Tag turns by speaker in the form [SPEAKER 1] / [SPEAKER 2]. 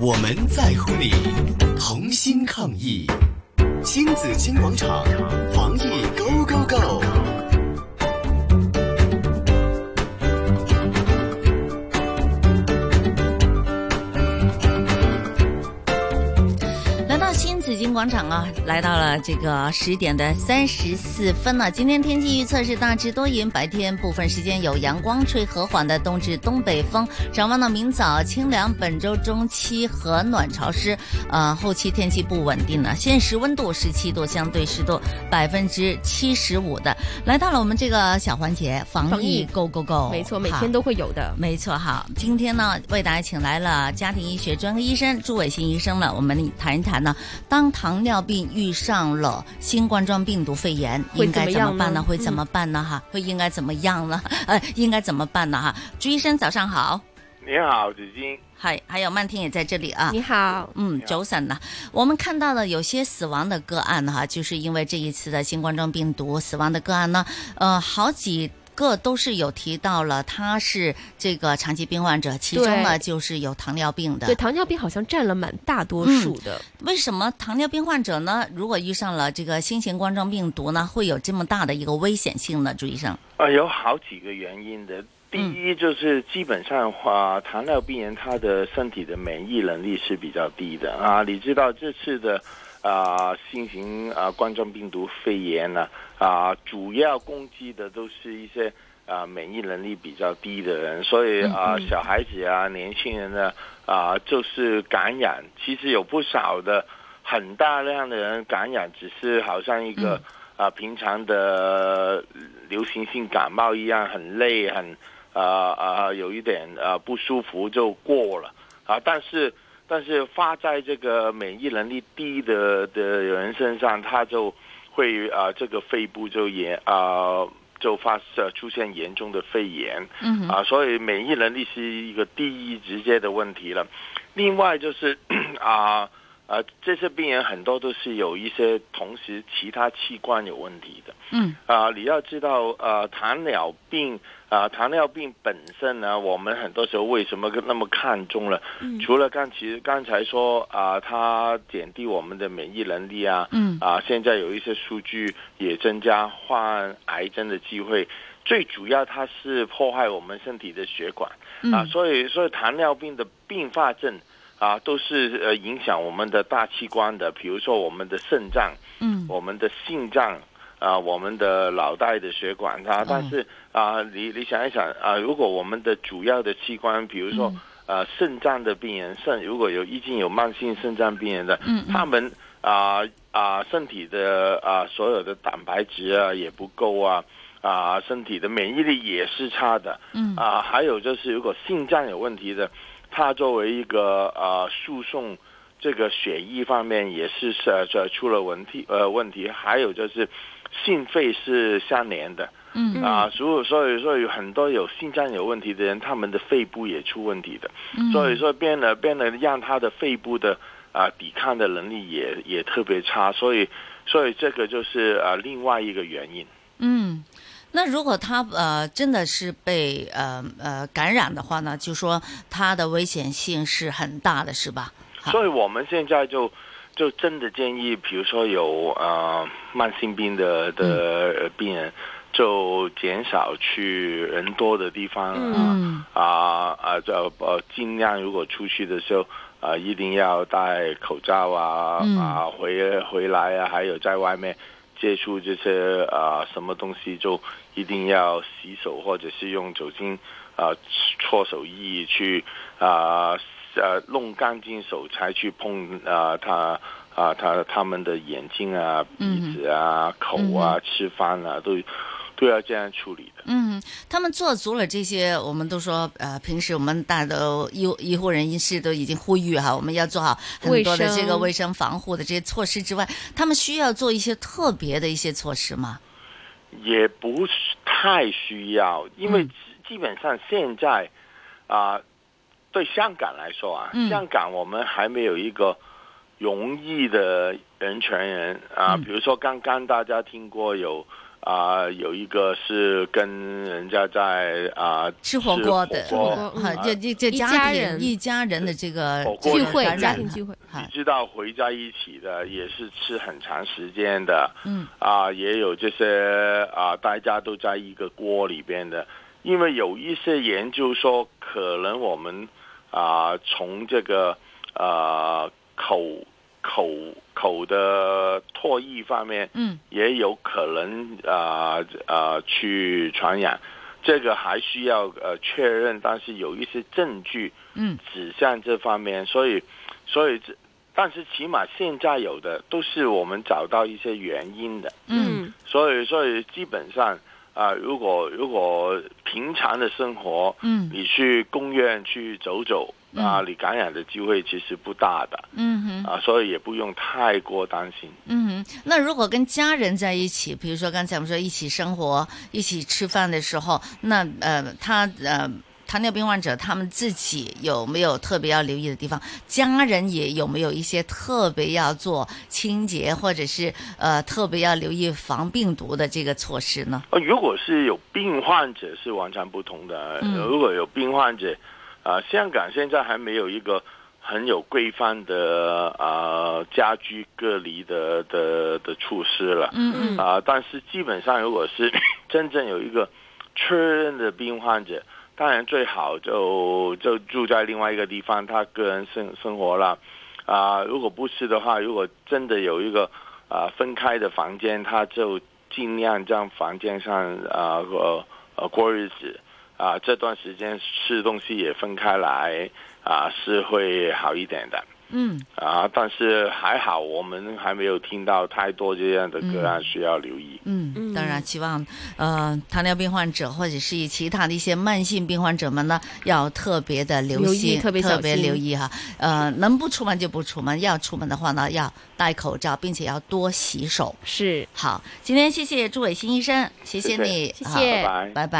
[SPEAKER 1] 我们在乎你，同心抗疫，亲子金广场，防疫 Go Go Go！
[SPEAKER 2] 来到新紫金广场啊，来到了这个十点的三十四分了。今天天气预测是大致多云，白天部分时间有阳光，吹和缓的东至东北风。展望到明早清凉，本周中期和暖潮湿，呃，后期天气不稳定了。现时温度十七度，相对湿度百分之七十五的。来到了我们这个小环节，防
[SPEAKER 3] 防
[SPEAKER 2] 疫
[SPEAKER 3] 疫
[SPEAKER 2] Go Go Go，
[SPEAKER 3] 没错，每
[SPEAKER 2] 好
[SPEAKER 3] 天都会有的。
[SPEAKER 2] 没错哈，今天呢为大家请来了家庭医学专科医生朱伟新医生了，我们谈一谈呢，当糖尿病遇上了新冠状病毒肺炎，
[SPEAKER 3] 会
[SPEAKER 2] 应该
[SPEAKER 3] 怎
[SPEAKER 2] 怎
[SPEAKER 3] 么
[SPEAKER 2] 么
[SPEAKER 3] 样
[SPEAKER 2] 办呢？
[SPEAKER 3] 呢嗯
[SPEAKER 2] 会怎么办呢？哈、会应该怎么样呢？ 呃，应该怎么办呢？哈，朱医生早上好，
[SPEAKER 4] 你好，紫金。
[SPEAKER 2] 还还有曼婷也在这里啊。
[SPEAKER 3] 你好，
[SPEAKER 2] 嗯，
[SPEAKER 4] 好
[SPEAKER 2] 早晨呐，我们看到的有些死亡的个案哈，就是因为这一次的新冠状病毒死亡的个案呢，呃，好几。个都是有提到了，他是这个长期病患者，其中呢
[SPEAKER 3] 对
[SPEAKER 2] 就是有糖尿病
[SPEAKER 3] 对
[SPEAKER 2] 的。
[SPEAKER 3] 糖尿病好像占了蛮大多数的，
[SPEAKER 2] 为什么糖尿病患者呢，如果遇上了这个新型冠状病毒呢，会有这么大的一个危险性呢？朱医生，
[SPEAKER 4] 啊，有好几个原因的。第一就是基本上啊，糖尿病人他的身体的免疫能力是比较低的啊。你知道这次的啊新型啊冠状病毒肺炎呢啊，主要攻击的都是一些啊免疫能力比较低的人，所以啊小孩子啊年轻人呢啊就是感染，其实有不少的很大量的人感染，只是好像一个。啊，平常的呃流行性感冒一样，很累，很啊啊、有一点啊不舒服就过了啊。但是但是发在这个免疫能力低的的人身上，他就会啊这个肺部就严啊就发呃出现严重的肺炎
[SPEAKER 2] 嗯哼，
[SPEAKER 4] 啊，所以免疫能力是一个第一直接的问题了。另外就是 啊。呃，这些病人很多都是有一些同时其他器官有问题的
[SPEAKER 2] 嗯
[SPEAKER 4] 啊、你要知道，呃，糖尿病啊、糖尿病本身呢，我们很多时候为什么那么看重了？
[SPEAKER 3] 嗯
[SPEAKER 4] 除了刚其实刚才说啊、它减低我们的免疫能力啊，
[SPEAKER 2] 嗯
[SPEAKER 4] 啊、现在有一些数据也增加患癌症的机会。最主要，它是破坏我们身体的血管。啊，
[SPEAKER 2] 嗯
[SPEAKER 4] 所以所以糖尿病的并发症啊，都是呃影响我们的大器官的，比如说我们的肾脏、
[SPEAKER 2] 嗯
[SPEAKER 4] 我们的心脏啊、我们的脑袋的血管
[SPEAKER 2] 嗯
[SPEAKER 4] 啊。但是啊、你你想一想啊、如果我们的主要的器官，比如说、
[SPEAKER 2] 嗯
[SPEAKER 4] 呃肾脏的病人，肾如果有已经有慢性肾脏病人的，
[SPEAKER 2] 嗯嗯
[SPEAKER 4] 他们啊啊、身体的啊、所有的蛋白质啊也不够啊啊、身体的免疫力也是差的。
[SPEAKER 2] 嗯
[SPEAKER 4] 啊、还有就是如果心脏有问题的，它作为一个呃输送这个血液方面也是呃这出了问题呃问题，还有就是心肺是相连的
[SPEAKER 2] 嗯
[SPEAKER 4] 啊，所以所以所以很多有心脏有问题的人，他们的肺部也出问题的，
[SPEAKER 2] 嗯，
[SPEAKER 4] 啊所以说变得变得让他的肺部的啊、抵抗的能力也也特别差，所以所以这个就是呃另外一个原因。
[SPEAKER 2] 嗯，那如果他呃真的是被呃呃感染的话呢，就说他的危险性是很大的，是吧？好
[SPEAKER 4] 所以我们现在就就真的建议，比如说有呃慢性病的的
[SPEAKER 2] 嗯
[SPEAKER 4] 呃病人，就减少去人多的地方啊
[SPEAKER 2] 嗯
[SPEAKER 4] 啊啊，就呃尽量如果出去的时候。啊、一定要戴口罩啊、
[SPEAKER 2] 嗯
[SPEAKER 4] 啊，回回来啊，还有在外面接触这些啊、什么东西，就一定要洗手或者是用酒精啊、搓手液去啊呃弄干净手才去碰啊、他啊他他们的眼睛啊、
[SPEAKER 2] 嗯
[SPEAKER 4] 鼻子啊、口啊、吃饭啊，都都要这样处理的。
[SPEAKER 2] 嗯，他们做足了这些，我们都说呃，平时我们大家都医医护人士都已经呼吁啊哈，我们要做好很多的这个
[SPEAKER 3] 卫生
[SPEAKER 2] 卫生防护的这些措施之外，他们需要做一些特别的一些措施吗？
[SPEAKER 4] 也不是太需要，因为
[SPEAKER 2] 嗯
[SPEAKER 4] 基本上现在啊、对香港来说啊，
[SPEAKER 2] 嗯
[SPEAKER 4] 香港我们还没有一个容易的人权人啊，
[SPEAKER 2] 嗯
[SPEAKER 4] 比如说刚刚大家听过有啊、有一个是跟人家在啊、
[SPEAKER 2] 吃火锅的，
[SPEAKER 4] 吃火锅
[SPEAKER 3] 火锅
[SPEAKER 2] 哈，
[SPEAKER 4] 嗯
[SPEAKER 2] 这这这
[SPEAKER 3] 一
[SPEAKER 2] 家
[SPEAKER 3] 家
[SPEAKER 2] 庭
[SPEAKER 3] 人
[SPEAKER 2] 一家人的这个
[SPEAKER 4] 火锅
[SPEAKER 3] 聚
[SPEAKER 4] 人
[SPEAKER 3] 会
[SPEAKER 2] 感
[SPEAKER 3] 家
[SPEAKER 2] 染
[SPEAKER 3] 庭
[SPEAKER 2] 了
[SPEAKER 3] 聚会，
[SPEAKER 4] 你
[SPEAKER 2] 哈，
[SPEAKER 4] 知道回在一起的也是吃很长时间的，
[SPEAKER 2] 嗯
[SPEAKER 4] 啊，也有这些啊，大家都在一个锅里边的，因为有一些研究说，可能我们啊，从这个啊口口口的唾液方面，
[SPEAKER 2] 嗯，
[SPEAKER 4] 也有可能啊啊去传染，这个还需要呃确认，但是有一些证据
[SPEAKER 2] 嗯
[SPEAKER 4] 指向这方面，所以所以这。但是起码现在有的都是我们找到一些原因的，
[SPEAKER 2] 嗯，
[SPEAKER 4] 所以所以基本上啊、如果如果平常的生活，
[SPEAKER 2] 嗯
[SPEAKER 4] 你去公园去走走
[SPEAKER 2] 嗯
[SPEAKER 4] 啊、你感染的机会其实不大的
[SPEAKER 2] 嗯哼。
[SPEAKER 4] 啊、所以也不用太过担心。
[SPEAKER 2] 嗯哼，那如果跟家人在一起，比如说刚才我们说一起生活、一起吃饭的时候，那呃，他呃，糖尿病患者他们自己有没有特别要留意的地方？家人也有没有一些特别要做清洁，或者是呃特别要留意防病毒的这个措施呢？
[SPEAKER 4] 呃，如果是有病患者是完全不同的。
[SPEAKER 2] 嗯
[SPEAKER 4] 如果有病患者，啊、香港现在还没有一个很有规范的啊、家居隔离的的的措施了。
[SPEAKER 2] 嗯
[SPEAKER 4] 啊、但是基本上如果是 真正有一个确认的病患者，当然最好就就住在另外一个地方，他个人生生活啦。啊、如果不是的话，如果真的有一个啊、分开的房间，他就尽量让房间上啊呃呃过日子啊、这段时间吃东西也分开来啊、是会好一点的。
[SPEAKER 2] 嗯
[SPEAKER 4] 啊，但是还好，我们还没有听到太多这样的个案需要留意。
[SPEAKER 2] 嗯，
[SPEAKER 3] 嗯
[SPEAKER 2] 当然，希望呃糖尿病患者或者是以其他的一些慢性病患者们呢，要特别的留
[SPEAKER 3] 留意
[SPEAKER 2] 心，
[SPEAKER 3] 特别小心
[SPEAKER 2] 留意哈。呃，能不出门就不出门，要出门的话呢，要戴口罩，并且要多洗手。
[SPEAKER 3] 是。
[SPEAKER 2] 好，今天谢谢朱伟新医生，谢
[SPEAKER 4] 谢谢
[SPEAKER 2] 你，
[SPEAKER 3] 谢
[SPEAKER 2] 好
[SPEAKER 3] 谢
[SPEAKER 4] 拜拜。
[SPEAKER 2] 拜拜。